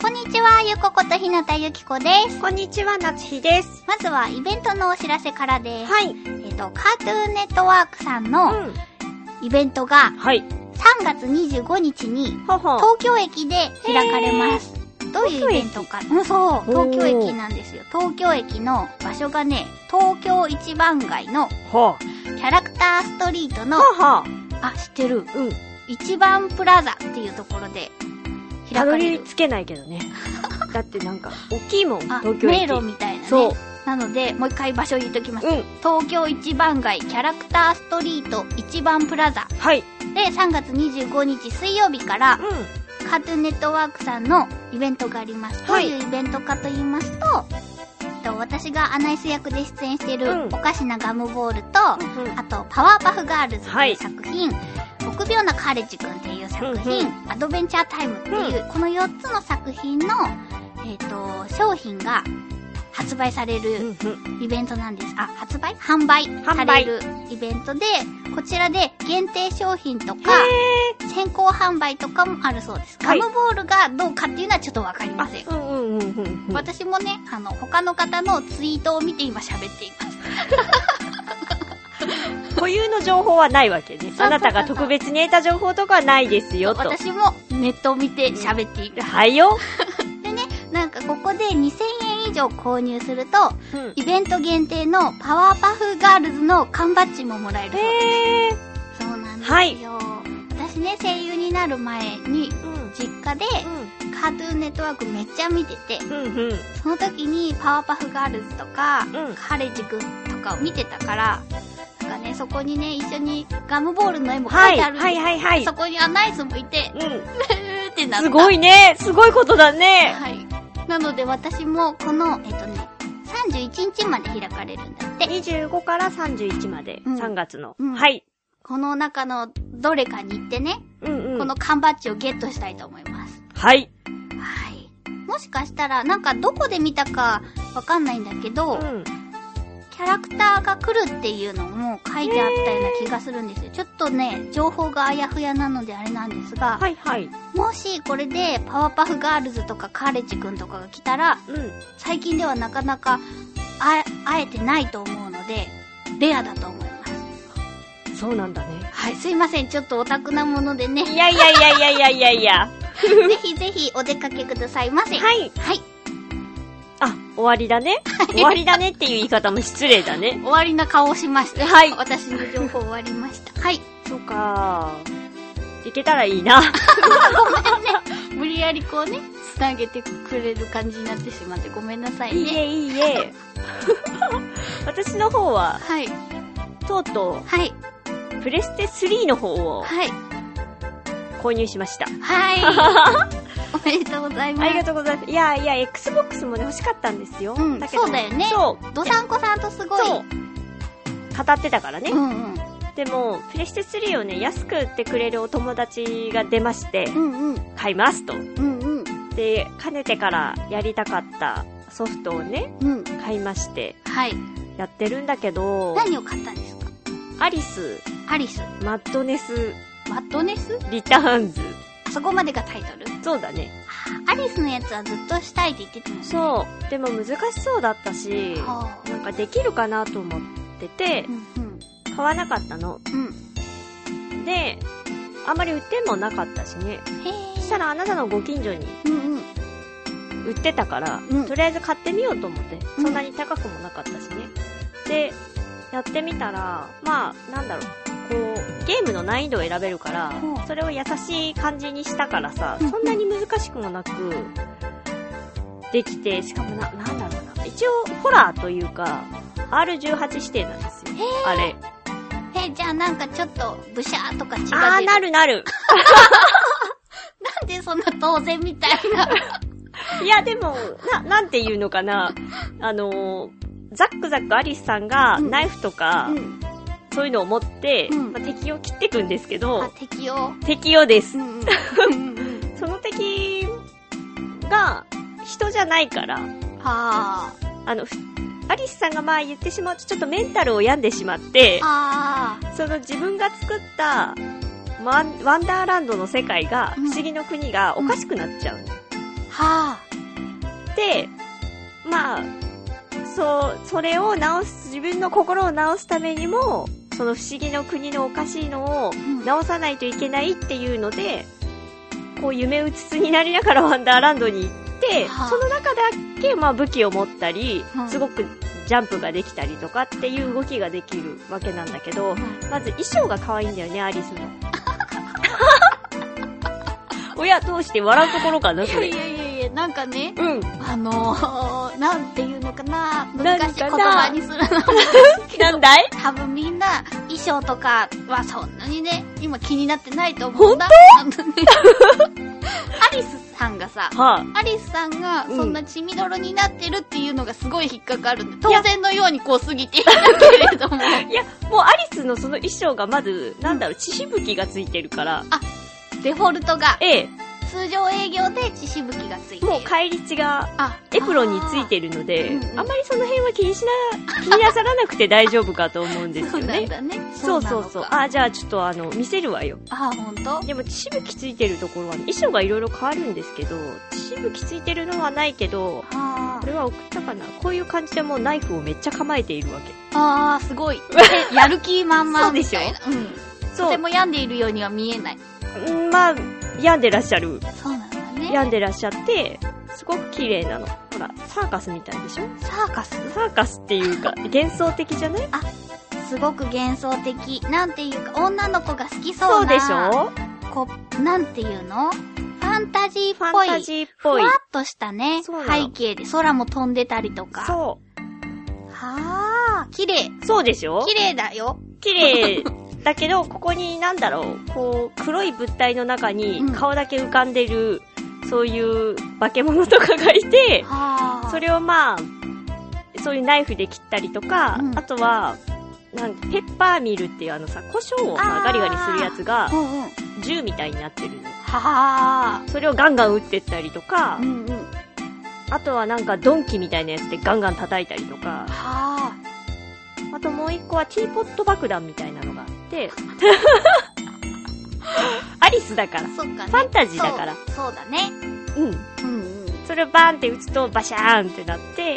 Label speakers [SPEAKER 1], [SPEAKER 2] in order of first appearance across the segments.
[SPEAKER 1] こんにちはゆこことひなたゆきこです
[SPEAKER 2] こんにちは、夏日です。
[SPEAKER 1] まずはイベントのお知らせからです、
[SPEAKER 2] はい。
[SPEAKER 1] えっとカートゥーンネットワークさんの
[SPEAKER 2] う
[SPEAKER 1] イベントが
[SPEAKER 2] ん。はい。
[SPEAKER 1] 3月25日に
[SPEAKER 2] ほほ。
[SPEAKER 1] 東京駅で開かれます。どういうイベントか。うん、そう。
[SPEAKER 2] おー
[SPEAKER 1] 東京駅なんですよ。東京駅の場所がね、東京一番街の
[SPEAKER 2] ほ
[SPEAKER 1] キャラクターストリート
[SPEAKER 2] う。
[SPEAKER 1] の、
[SPEAKER 2] ほ
[SPEAKER 1] あ、知ってる。
[SPEAKER 2] ほ。うん。
[SPEAKER 1] 一番プラザっていうところで開
[SPEAKER 2] たど
[SPEAKER 1] かれ
[SPEAKER 2] り
[SPEAKER 1] る。
[SPEAKER 2] 着けないけど ね。だってなんか、大きいもん、
[SPEAKER 1] あ、
[SPEAKER 2] 東京
[SPEAKER 1] 迷
[SPEAKER 2] 駅。
[SPEAKER 1] 路みたいな
[SPEAKER 2] そう
[SPEAKER 1] ね。。なので、もう一回場所言っときます。
[SPEAKER 2] うん。
[SPEAKER 1] 東京一番街キャラクターストリート一番プラザ
[SPEAKER 2] はい。
[SPEAKER 1] で3月25日水曜日から
[SPEAKER 2] う
[SPEAKER 1] カートゥーンネットワークさんのイベントがあります。
[SPEAKER 2] はい
[SPEAKER 1] どういうイベントかと言いますと、えっと私がアナイス役で出演している
[SPEAKER 2] う
[SPEAKER 1] お
[SPEAKER 2] ん
[SPEAKER 1] かしなガムボールと、
[SPEAKER 2] ん。うん。
[SPEAKER 1] あと、パワーパフガールズと
[SPEAKER 2] は
[SPEAKER 1] いう
[SPEAKER 2] い
[SPEAKER 1] 作品、臆病なカレッジくんっていう作品、
[SPEAKER 2] う
[SPEAKER 1] アドベンチャータイムっていう、この4つの作品の、えっ、と、商品が発売される
[SPEAKER 2] うん。うん。
[SPEAKER 1] イベントなんです。あ、発売販売さ
[SPEAKER 2] 販
[SPEAKER 1] れ
[SPEAKER 2] 売
[SPEAKER 1] るイベントで、こちらで限定商品とか、
[SPEAKER 2] へ
[SPEAKER 1] 先行販売とかもあるそうです。ガ
[SPEAKER 2] はい
[SPEAKER 1] ムボールがどうかっていうのはちょっとわかり
[SPEAKER 2] ー。あ
[SPEAKER 1] ません。、
[SPEAKER 2] うんうんうんうんうん。
[SPEAKER 1] 私もね、あの、他の方のツイートを見て今喋っています。
[SPEAKER 2] 固有の情報はないわけね。
[SPEAKER 1] そう
[SPEAKER 2] あなたが特別に得た情報とかはないですよ、と。
[SPEAKER 1] 私もネットを見て喋っている。
[SPEAKER 2] はいよ。
[SPEAKER 1] なんかここで2000円以上購入すると、
[SPEAKER 2] うん。
[SPEAKER 1] イベント限定のパワーパフガールズの缶バッジももらえるそうです。
[SPEAKER 2] へー。
[SPEAKER 1] そうなんですよ。
[SPEAKER 2] はい
[SPEAKER 1] 私ね、声優になる前に、
[SPEAKER 2] うん。
[SPEAKER 1] 実家でカートゥーンネットワークめっちゃ見てて、
[SPEAKER 2] うん。うん。うん。
[SPEAKER 1] その時にパワーパフガールズとか、
[SPEAKER 2] うん
[SPEAKER 1] カレッジくんとかを見てたから、なんかね、そこにね、一緒にガムボールの絵も描いてあるんですよ
[SPEAKER 2] はいはいはいはい
[SPEAKER 1] そこにアナイスもいて、
[SPEAKER 2] うん。
[SPEAKER 1] ふーってなった。
[SPEAKER 2] すごいね。すごいことだね。
[SPEAKER 1] はい。なので私も、この、えっとね、31日まで開かれるんだって。
[SPEAKER 2] 25から31まで、
[SPEAKER 1] うん
[SPEAKER 2] 3月の、
[SPEAKER 1] うん
[SPEAKER 2] はい。
[SPEAKER 1] この中のどれかに行ってね、
[SPEAKER 2] うんうん。
[SPEAKER 1] この缶バッジをゲットしたいと思います。
[SPEAKER 2] はい。
[SPEAKER 1] はい。もしかしたら、なんかどこで見たかわかんないんだけど、
[SPEAKER 2] うん。
[SPEAKER 1] キャラクターが来るっていうのも書いてあったような気がするんですよ。ちょっとね、情報があやふやなのであれなんですが、
[SPEAKER 2] はいはい。
[SPEAKER 1] もしこれでパワーパフガールズとかカーレッジくんとかが来たら、
[SPEAKER 2] うん。
[SPEAKER 1] 最近ではなかなかあ会えてないと思うので、レアだと思います。
[SPEAKER 2] そうなんだね。
[SPEAKER 1] はい、すいません。ちょっとオタクなものでね、
[SPEAKER 2] いやいやいやいやいやいやいや。は
[SPEAKER 1] ぜひぜひお出かけくださいませ。い。
[SPEAKER 2] い。
[SPEAKER 1] はい。
[SPEAKER 2] あ、終わりだね。終わりだねっていう言い方も失礼だね。
[SPEAKER 1] 終わりな顔をしました。
[SPEAKER 2] はい
[SPEAKER 1] 私の情報終わりました。はい。
[SPEAKER 2] そうかいけたらいいな。
[SPEAKER 1] 無理やりこうね、つなげてくれる感じになってしまってごめんなさいね。
[SPEAKER 2] いいえいい え。私の方は、
[SPEAKER 1] はい、
[SPEAKER 2] とうと
[SPEAKER 1] はい、
[SPEAKER 2] う、プレステ3の方を
[SPEAKER 1] はい、
[SPEAKER 2] 購入しました。
[SPEAKER 1] はい。おめでとうございます。
[SPEAKER 2] ありがとうございます。いやいや、Xbox もね、欲しかったんですよ。
[SPEAKER 1] うん
[SPEAKER 2] けど
[SPEAKER 1] そうだよね
[SPEAKER 2] そう。
[SPEAKER 1] ドサンコさんとすごい。
[SPEAKER 2] そう。語ってたからね。
[SPEAKER 1] うんうん。
[SPEAKER 2] でも、プレステ3をね、安く売ってくれるお友達が出まして、
[SPEAKER 1] うんうん。
[SPEAKER 2] 買いますと。
[SPEAKER 1] うんうん。
[SPEAKER 2] で、かねてからやりたかったソフトをね、
[SPEAKER 1] うん。
[SPEAKER 2] 買いまして、
[SPEAKER 1] はい。
[SPEAKER 2] やってるんだけど、
[SPEAKER 1] 何を買ったんですか
[SPEAKER 2] アリス、
[SPEAKER 1] アリス。
[SPEAKER 2] マッドネス、
[SPEAKER 1] マッドネス
[SPEAKER 2] リターンズ。
[SPEAKER 1] そこまでがタイトル
[SPEAKER 2] そうだね。
[SPEAKER 1] アリスのやつはずっとしたいって言ってたもんね。
[SPEAKER 2] そう。でも難しそうだったし、
[SPEAKER 1] はあ、
[SPEAKER 2] なんかできるかなと思ってて
[SPEAKER 1] う、んうん。
[SPEAKER 2] 買わなかったの。
[SPEAKER 1] うん。
[SPEAKER 2] で、あんまり売ってもなかったしね。
[SPEAKER 1] へえ。
[SPEAKER 2] そしたらあなたのご近所に
[SPEAKER 1] うんうん。
[SPEAKER 2] 売ってたから、
[SPEAKER 1] うん
[SPEAKER 2] とりあえず買ってみようと思って、
[SPEAKER 1] うん
[SPEAKER 2] そんなに高くもなかったしね。で、やってみたら、まあ、なんだろう、こう、ゲームの難易度を選べるから
[SPEAKER 1] ほう、
[SPEAKER 2] それを優しい感じにしたからさ、
[SPEAKER 1] うん
[SPEAKER 2] そんなに難しくもなく、できて、しかもな、なんだろうな、一応、ホラーというか、R18 指定なんですよ。あれ。
[SPEAKER 1] え、じゃあなんかちょっと、ブシャーとか血
[SPEAKER 2] あ
[SPEAKER 1] が
[SPEAKER 2] ー、
[SPEAKER 1] 出る。
[SPEAKER 2] なるなる。
[SPEAKER 1] なんでそんな当然みたいな。
[SPEAKER 2] いや、でも、な、なんていうのかな。あのー、ザックザックアリスさんが
[SPEAKER 1] うん
[SPEAKER 2] ナイフとか、
[SPEAKER 1] うん。
[SPEAKER 2] そういうのを持って、
[SPEAKER 1] うん
[SPEAKER 2] まあ、敵を切っていくんですけ
[SPEAKER 1] あ
[SPEAKER 2] ど、、
[SPEAKER 1] 敵を。
[SPEAKER 2] 敵をです
[SPEAKER 1] う。んうん。うん うん
[SPEAKER 2] その敵が人じゃないから、
[SPEAKER 1] はあ。
[SPEAKER 2] あの、ふアリスさんがまあ言ってしまうとちょっとメンタルを病んでしまって、
[SPEAKER 1] ああ。
[SPEAKER 2] その自分が作ったワンワンダーランドの世界が、
[SPEAKER 1] うん
[SPEAKER 2] 不思議の国がおかしくなっちゃう。
[SPEAKER 1] はあ。
[SPEAKER 2] で、まあ、そう、それを直す、自分の心を直すためにも、その不思議の国のおかしいのを
[SPEAKER 1] ん
[SPEAKER 2] 直さないといけないっていうので、こう夢うつつになりながらワンダーランドに行って、
[SPEAKER 1] はあ
[SPEAKER 2] その中だけ、まあ武器を持ったり
[SPEAKER 1] う、ん
[SPEAKER 2] すごくジャンプができたりとかっていう動きができるわけなんだけど、まず衣装が可愛いんだよね、アリスの。 おや、どうして笑うところかないそ
[SPEAKER 1] や
[SPEAKER 2] れ
[SPEAKER 1] い。やいやいや、なんかね、
[SPEAKER 2] うん。
[SPEAKER 1] あのー、 なんていうのかな、
[SPEAKER 2] な
[SPEAKER 1] 難
[SPEAKER 2] んかな
[SPEAKER 1] しい言葉にするの。
[SPEAKER 2] なんだい
[SPEAKER 1] 多分みんな、衣装とかはそんなにね、今気になってないと思う
[SPEAKER 2] 本
[SPEAKER 1] んだ。本当アリスさんがさ、
[SPEAKER 2] は
[SPEAKER 1] アリスさんが
[SPEAKER 2] うん
[SPEAKER 1] そんな血みどろになってるっていうのがすごい引っかかるんで、当然のようにこう過ぎていたけれ ども。
[SPEAKER 2] あ、いや、もうアリスのその衣装がまず、なんだろう、血しぶきがついてるから、
[SPEAKER 1] デフォルトが、
[SPEAKER 2] ええ、
[SPEAKER 1] 通常営業で血しぶきがついている。
[SPEAKER 2] もう帰り血が、
[SPEAKER 1] あ
[SPEAKER 2] エプロンについてるので
[SPEAKER 1] あーうんう、ん
[SPEAKER 2] あんまりその辺は気にしな、気になさらなくて 大丈夫かと思うんです
[SPEAKER 1] そ
[SPEAKER 2] よ
[SPEAKER 1] うなん
[SPEAKER 2] ね。
[SPEAKER 1] だね。
[SPEAKER 2] そうそうそう。
[SPEAKER 1] あ
[SPEAKER 2] あ、じゃあちょっとあの、見せるわよ。
[SPEAKER 1] あ、ほんと
[SPEAKER 2] でも、血しぶきついてるところは、ね、衣装がいろいろ変わるんですけど、血しぶきついてるのはないけど、
[SPEAKER 1] あ
[SPEAKER 2] これは送ったかなこういう感じでもうナイフをめっちゃ構えているわけ。
[SPEAKER 1] ーあー、すごい。 えやる気満々みたいな。うん。と
[SPEAKER 2] そ
[SPEAKER 1] て
[SPEAKER 2] う
[SPEAKER 1] も病んでいるようには見えない。
[SPEAKER 2] うん、まあ、病んでらっしゃる。
[SPEAKER 1] そうなんだね。
[SPEAKER 2] 病んでらっしゃって、すごく綺麗なの。ほら、サーカスみたいでしょ
[SPEAKER 1] サーカス
[SPEAKER 2] サーカスってい うか、幻想的じゃない
[SPEAKER 1] すごく幻想的。なんていうか、女の子が好き
[SPEAKER 2] そ
[SPEAKER 1] そううな。
[SPEAKER 2] でしょ
[SPEAKER 1] こう、なんていうのファンタジーっ
[SPEAKER 2] ファン
[SPEAKER 1] ぽい。
[SPEAKER 2] タジーっ
[SPEAKER 1] ふ
[SPEAKER 2] ぽい
[SPEAKER 1] わ。っとしたね、
[SPEAKER 2] そうなの
[SPEAKER 1] 背景で空も飛んでたりとか。
[SPEAKER 2] そ
[SPEAKER 1] はあ、綺麗。
[SPEAKER 2] う。そうでしょ
[SPEAKER 1] 綺麗だよ。
[SPEAKER 2] 綺麗。だけど、ここになんだろう、こう、黒い物体の中に
[SPEAKER 1] うん
[SPEAKER 2] 顔だけ浮かんでる、そういう化け物とかがいて、
[SPEAKER 1] はあ。
[SPEAKER 2] それをまあ、そういうナイフで切ったりとか、
[SPEAKER 1] うん
[SPEAKER 2] あとは、なんペッパーミルっていうあのさ、胡椒をまあ
[SPEAKER 1] あー
[SPEAKER 2] ガリガリするやつが
[SPEAKER 1] う、んうん。は
[SPEAKER 2] 銃みたいになってるの。
[SPEAKER 1] あ。
[SPEAKER 2] それをガンガン撃ってったりとか
[SPEAKER 1] う、んうん。は
[SPEAKER 2] あとはなんかドンキみたいなやつでガンガン叩いたりとか、
[SPEAKER 1] あ。
[SPEAKER 2] あともう一個はティーポット爆弾みたいなのがあって、 アリスだから、フ
[SPEAKER 1] そっかね。
[SPEAKER 2] ァンタジーだから、
[SPEAKER 1] そう。そうだね。
[SPEAKER 2] うん。
[SPEAKER 1] うんうん。
[SPEAKER 2] それをバーンって撃つとバシャーンってなって、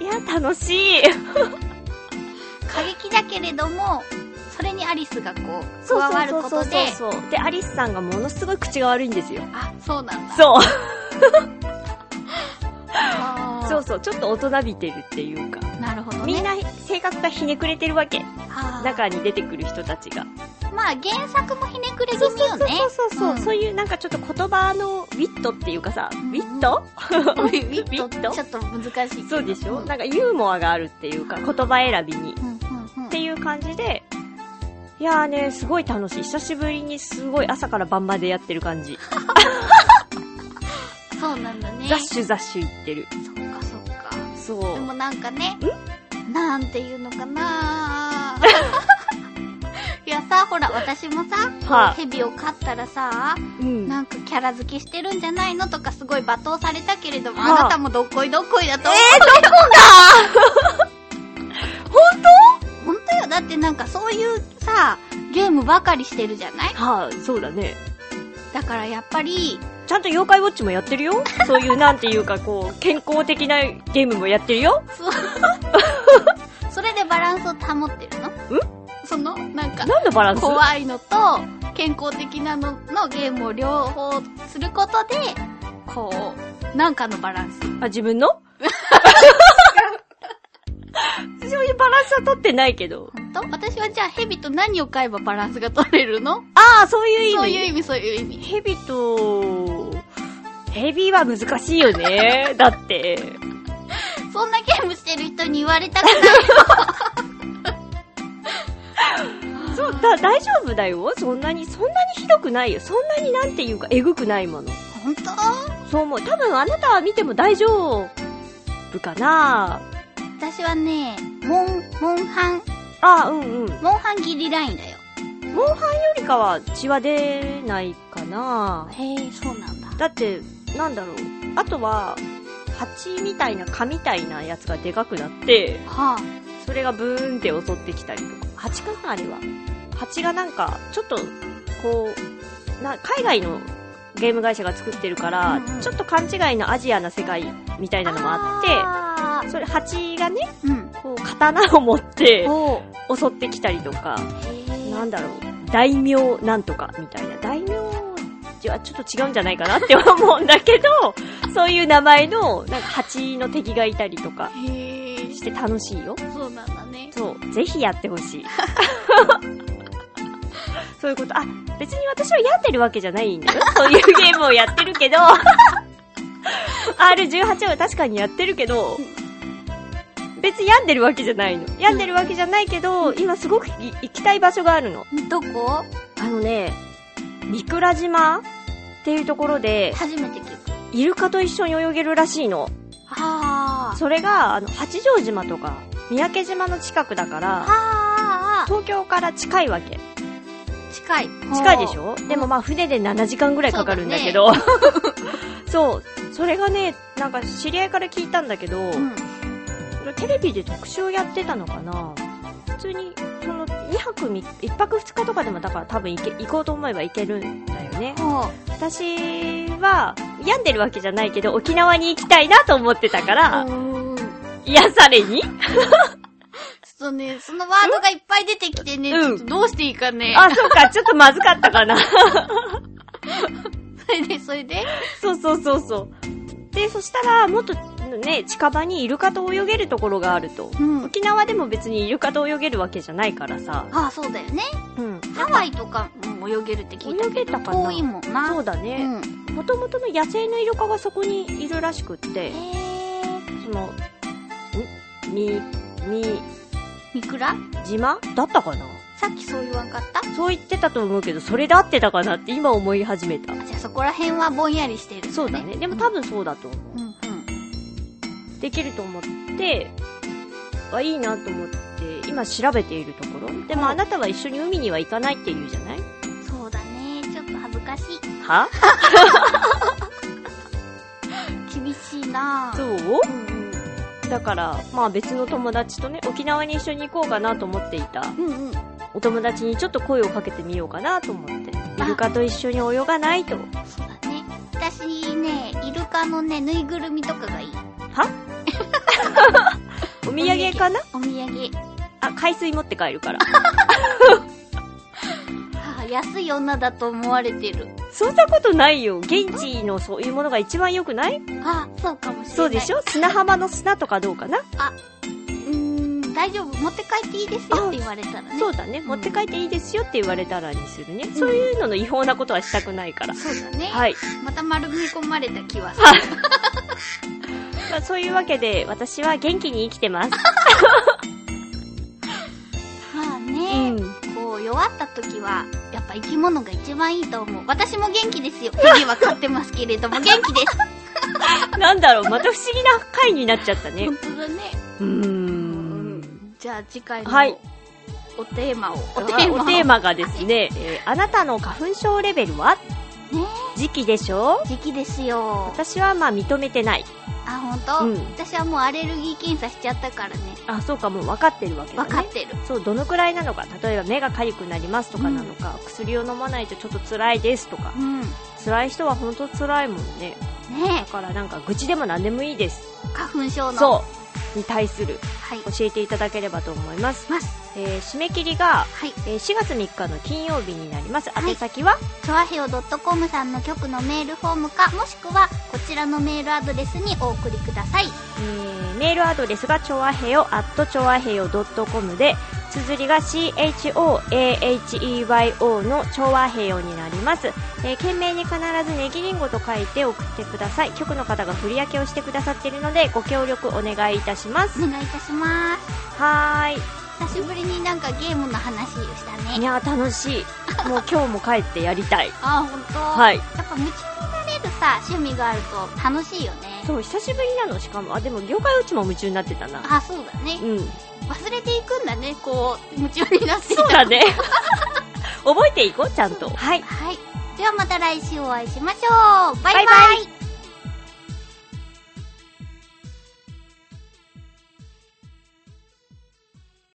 [SPEAKER 2] いや、楽しい。
[SPEAKER 1] 過激だけれども、それにアリスがこう、加
[SPEAKER 2] そう
[SPEAKER 1] わる
[SPEAKER 2] そう
[SPEAKER 1] ことで、
[SPEAKER 2] そうそう。で、アリスさんがものすごい口が悪いんですよ。
[SPEAKER 1] あ、そうなんだ。
[SPEAKER 2] そう。
[SPEAKER 1] あー
[SPEAKER 2] そうそう。ちょっと大人びてるっていうか。
[SPEAKER 1] なるほどね。
[SPEAKER 2] みんな性格がひねくれてるわけ。
[SPEAKER 1] あー
[SPEAKER 2] 中に出てくる人たちが。
[SPEAKER 1] まあ原作もひねくれ気味よね。
[SPEAKER 2] そうそうそう、
[SPEAKER 1] うん
[SPEAKER 2] そういうなんかちょっと言葉のウィットっていうかさ、
[SPEAKER 1] ん
[SPEAKER 2] ウィット
[SPEAKER 1] ウィット
[SPEAKER 2] ウィット
[SPEAKER 1] ちょっと難しい。
[SPEAKER 2] そうでしょ、
[SPEAKER 1] うん
[SPEAKER 2] なんかユーモアがあるっていうか、言葉選びに。
[SPEAKER 1] うんうんうん
[SPEAKER 2] っていう感じで、いやーね、すごい楽しい。久しぶりにすごい朝から晩までやってる感じ。
[SPEAKER 1] そうなんだね。
[SPEAKER 2] ザッシュザッシュ言ってる。
[SPEAKER 1] そっかそっか。
[SPEAKER 2] そう。
[SPEAKER 1] でもなんかね、なんていうのか ないやさ、ほら、私もさ、
[SPEAKER 2] はあ
[SPEAKER 1] 蛇を飼ったらさ、
[SPEAKER 2] うん。
[SPEAKER 1] なんかキャラ付けしてるんじゃないのとかすごい罵倒されたけれども、
[SPEAKER 2] はあ
[SPEAKER 1] あなたもどっこいどっこいだと思 う。本当よ。だってなんかそういうさ、ゲームばかりしてるじゃない
[SPEAKER 2] はあ、そうだね。
[SPEAKER 1] だからやっぱり、
[SPEAKER 2] ちゃんと妖怪ウォッチもやってるよ。そういう、なんていうか、こう、健康的なゲームもやってるよ。
[SPEAKER 1] それでバランスを保ってるのその、なんか、
[SPEAKER 2] 何のバランス
[SPEAKER 1] 怖いのと、健康的なののゲームを両方することで、こう、なんかのバランス。
[SPEAKER 2] あ、自分のそういうバランスは取ってないけど。
[SPEAKER 1] 本当私はじゃあ蛇と何を飼えばバランスが取れるの
[SPEAKER 2] ああ、そういう意味。
[SPEAKER 1] そういう意味、そういう意味。
[SPEAKER 2] ヘビと、ヘビは難しいよ ね。だって。
[SPEAKER 1] そんなゲームしてる人に言われたくない。
[SPEAKER 2] だ、大丈夫だよ。そんなに、そんなにひどくないよ。そんなになんていうか、えぐくないもの。
[SPEAKER 1] ほんと
[SPEAKER 2] そう思う。多分あなたは見ても大丈夫かな
[SPEAKER 1] 私はね、モン、モンハン、
[SPEAKER 2] あ、うんうん。よ
[SPEAKER 1] モンハンギリラインだよ。
[SPEAKER 2] りかは血は出ないかな
[SPEAKER 1] へえ、そうなんだ。
[SPEAKER 2] だって、なんだろう。あとは、蜂みたいな蚊みたいなやつがでかくなって、
[SPEAKER 1] はあ、
[SPEAKER 2] それがブーンって襲ってきたりとか。蜂かなあれは。蜂がなんか、ちょっと、こう、な、海外のゲーム会社が作ってるから、
[SPEAKER 1] うんうん
[SPEAKER 2] ちょっと勘違いのアジアな世界みたいなのもあって、
[SPEAKER 1] あ
[SPEAKER 2] それ蜂がね、
[SPEAKER 1] ーうん。
[SPEAKER 2] こう刀を持って
[SPEAKER 1] おう。
[SPEAKER 2] 襲ってきたりとか、
[SPEAKER 1] へえ。
[SPEAKER 2] なんだろう、大名なんとかみたいな。大名じゃちょっと違うんじゃないかなって思うんだけど、そういう名前の、なんか蜂の敵がいたりとか
[SPEAKER 1] へえ、
[SPEAKER 2] して楽しいよ。
[SPEAKER 1] そうなんだね。
[SPEAKER 2] そう、ぜひやってほしい。 そういうこと。あ、別に私は病んでるわけじゃないん だよ。そういうゲームをやってるけど。R18 は確かにやってるけど、別に病んでるわけじゃないの。病んでるわけじゃないけど、今すごくい行きたい場所があるの。
[SPEAKER 1] どこ
[SPEAKER 2] あのね、三倉島っていうところで、
[SPEAKER 1] 初めて聞く。
[SPEAKER 2] イルカと一緒に泳げるらしいの。
[SPEAKER 1] はあ。
[SPEAKER 2] それが、あの、八丈島とか、三宅島の近くだから、
[SPEAKER 1] はあ。
[SPEAKER 2] 東京から近いわけ。
[SPEAKER 1] 近い。
[SPEAKER 2] 近いでしょでもまあ船で7時間ぐらいかかるんだけど。 そう, 、それがね、なんか知り合いから聞いたんだけど、
[SPEAKER 1] うん。
[SPEAKER 2] テレビで特集をやってたのかな普通に、その2泊3、1泊2日とかでもだから多分行け行こうと思えば行けるんだよね。
[SPEAKER 1] ほう。
[SPEAKER 2] 私は病んでるわけじゃないけど沖縄に行きたいなと思ってたから、
[SPEAKER 1] うんちょっ
[SPEAKER 2] 癒されに
[SPEAKER 1] とね、そのワードがいっぱい出てきてね、
[SPEAKER 2] うん
[SPEAKER 1] ちょっとどうしていいかね。
[SPEAKER 2] あ、そうか、ちょっとまずかった かな。
[SPEAKER 1] それで、 それで
[SPEAKER 2] そうそうそうそう。で、そしたら、もっとね、近場にイルカと泳げるところがあると。
[SPEAKER 1] うん。
[SPEAKER 2] 沖縄でも別にイルカと泳げるわけじゃないからさ。
[SPEAKER 1] ああ、そうだよね。
[SPEAKER 2] うん。
[SPEAKER 1] ハワイとかも泳げるって聞いた
[SPEAKER 2] 泳げたかな
[SPEAKER 1] 遠いもんな。
[SPEAKER 2] そうだ
[SPEAKER 1] う
[SPEAKER 2] ね。
[SPEAKER 1] ん。
[SPEAKER 2] もともとの野生のイルカがそこにいるらしくって
[SPEAKER 1] へ、ー。
[SPEAKER 2] その、んみ、み、
[SPEAKER 1] ミクラ
[SPEAKER 2] 島だったかな
[SPEAKER 1] さっきそう言わんかった
[SPEAKER 2] そう言ってたと思うけど、それで合ってたかなって今思い始めた。
[SPEAKER 1] あじゃあそこら辺はぼんやりしてる、
[SPEAKER 2] そうだね。でも多分そうだと思う。
[SPEAKER 1] うんうん。
[SPEAKER 2] できると思って、あ、いいなと思って、今調べているところ。でもあなたは一緒に海には行かないって言うじゃない
[SPEAKER 1] そうだね。ちょっと恥ずかしい。
[SPEAKER 2] は
[SPEAKER 1] 厳しいなぁ。。
[SPEAKER 2] そううんだから、まあ別の友達とね、沖縄に一緒に行こうかなと思っていた、
[SPEAKER 1] うん。うんうん。
[SPEAKER 2] お友達にちょっと声をかけてみようかなと思って、イルカと一緒に泳がない
[SPEAKER 1] そ
[SPEAKER 2] と。
[SPEAKER 1] うだね。私ね、イルカのね、ぬいぐるみとかがいい。
[SPEAKER 2] お土産かな
[SPEAKER 1] お土産。
[SPEAKER 2] あ、海水持って帰るから。
[SPEAKER 1] はぁ、安い女だと思われてる。
[SPEAKER 2] そんなことないよ。現地のそういうものが一番良くない
[SPEAKER 1] あ、そうかもしれない。
[SPEAKER 2] そうでしょ砂浜の砂とかどうかな
[SPEAKER 1] うーん、大丈夫。持って帰っていいですよって言われたらね。
[SPEAKER 2] そううだね、
[SPEAKER 1] ん
[SPEAKER 2] 持って帰っていいですよって言われたらにするね、そういうのの違法なことはしたくないから、
[SPEAKER 1] そうだね。
[SPEAKER 2] はい、
[SPEAKER 1] また丸み込まれた気はす
[SPEAKER 2] まあ、そういうわけで私は元気に生きてます、
[SPEAKER 1] る。まあ
[SPEAKER 2] う
[SPEAKER 1] ね、
[SPEAKER 2] ん、
[SPEAKER 1] こう、弱った時は、やっぱ生き物が一番いいと思う。私も元気ですよ。ヘビは飼ってますけれ ども、元気です。
[SPEAKER 2] なんだろうまた不思議な回になっちゃったね
[SPEAKER 1] 本当だね。
[SPEAKER 2] うーん
[SPEAKER 1] じゃあ次回の、
[SPEAKER 2] はい
[SPEAKER 1] おテーマを。
[SPEAKER 2] おテ
[SPEAKER 1] を
[SPEAKER 2] ーマがですね、えーあなたの花粉症レベルは時期でしょ
[SPEAKER 1] 時期ですよ。
[SPEAKER 2] 私はまあ認めてない
[SPEAKER 1] あ、ほんと、
[SPEAKER 2] うん
[SPEAKER 1] 私はもうアレルギー検査しちゃったからね。
[SPEAKER 2] あそうかもう分かってるわけだ
[SPEAKER 1] わ
[SPEAKER 2] ね
[SPEAKER 1] かってる。
[SPEAKER 2] そうどのくらいなのか例えば目が痒くなりますとかなのか、薬を飲まないとちょっと辛いですとか
[SPEAKER 1] うん。ね
[SPEAKER 2] 辛い人は本当辛いもんねだからなんか愚痴でも何でもいいです
[SPEAKER 1] え、花粉症の。
[SPEAKER 2] そうに対する
[SPEAKER 1] はい。
[SPEAKER 2] 教えていただければと思います、
[SPEAKER 1] ます。
[SPEAKER 2] えー締め切りが、
[SPEAKER 1] はい。
[SPEAKER 2] えー4月3日の金曜日になります
[SPEAKER 1] はい
[SPEAKER 2] 宛先は、
[SPEAKER 1] チョアヘオ .com さんの局のメールフォームか、もしくは、こちらのメールアドレスにお送りください。
[SPEAKER 2] えーメールアドレスがちょわへよ at ちょわへよ .com で綴りが CHOAHEYO のちょわへよになります、えー、懸命に必ずネギリンゴと書いて送ってください局の方が振り分けをしてくださっているのでご協力お願いいたします
[SPEAKER 1] お願いいたします。
[SPEAKER 2] はーい。
[SPEAKER 1] 久しぶりになんかゲームの話をした
[SPEAKER 2] い
[SPEAKER 1] ね。
[SPEAKER 2] やー楽しい。もう今日も帰ってやりたい。
[SPEAKER 1] あ、ほんと
[SPEAKER 2] はい。
[SPEAKER 1] やっぱ夢中になれるさ、趣味があると楽しいよね。
[SPEAKER 2] そう、久しぶりなの、しかも。あ、でも、業界落ちも夢中になってたな。
[SPEAKER 1] あ、そうだね。
[SPEAKER 2] うん。
[SPEAKER 1] 忘れていくんだね、こう、夢中になっていた
[SPEAKER 2] そうだ ね。覚えていこう、ちゃんと。はい。
[SPEAKER 1] はい。ではまた来週お会いしましょう。バイバイ。
[SPEAKER 2] バイバイ